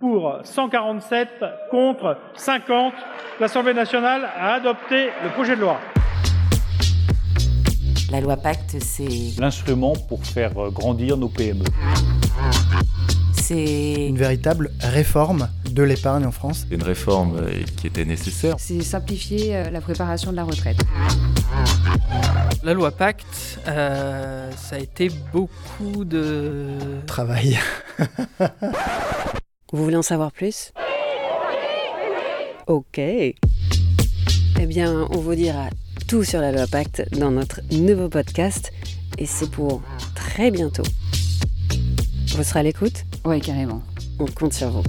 pour 147, contre 50. L'Assemblée nationale a adopté le projet de loi. La loi Pacte, c'est. L'instrument pour faire euh, grandir nos E. PME. C'est. Une véritable réforme de l'épargne en France. Une réforme euh, qui était nécessaire. C'est simplifier euh, la préparation de la retraite. La loi Pacte, euh, ça a été beaucoup de... Travail. Vous voulez en savoir plus Ok. Eh bien, on vous dira tout sur la loi Pacte dans notre nouveau podcast et c'est pour très bientôt. Vous serez à l'écoute Ouais, carrément. On compte sur vous.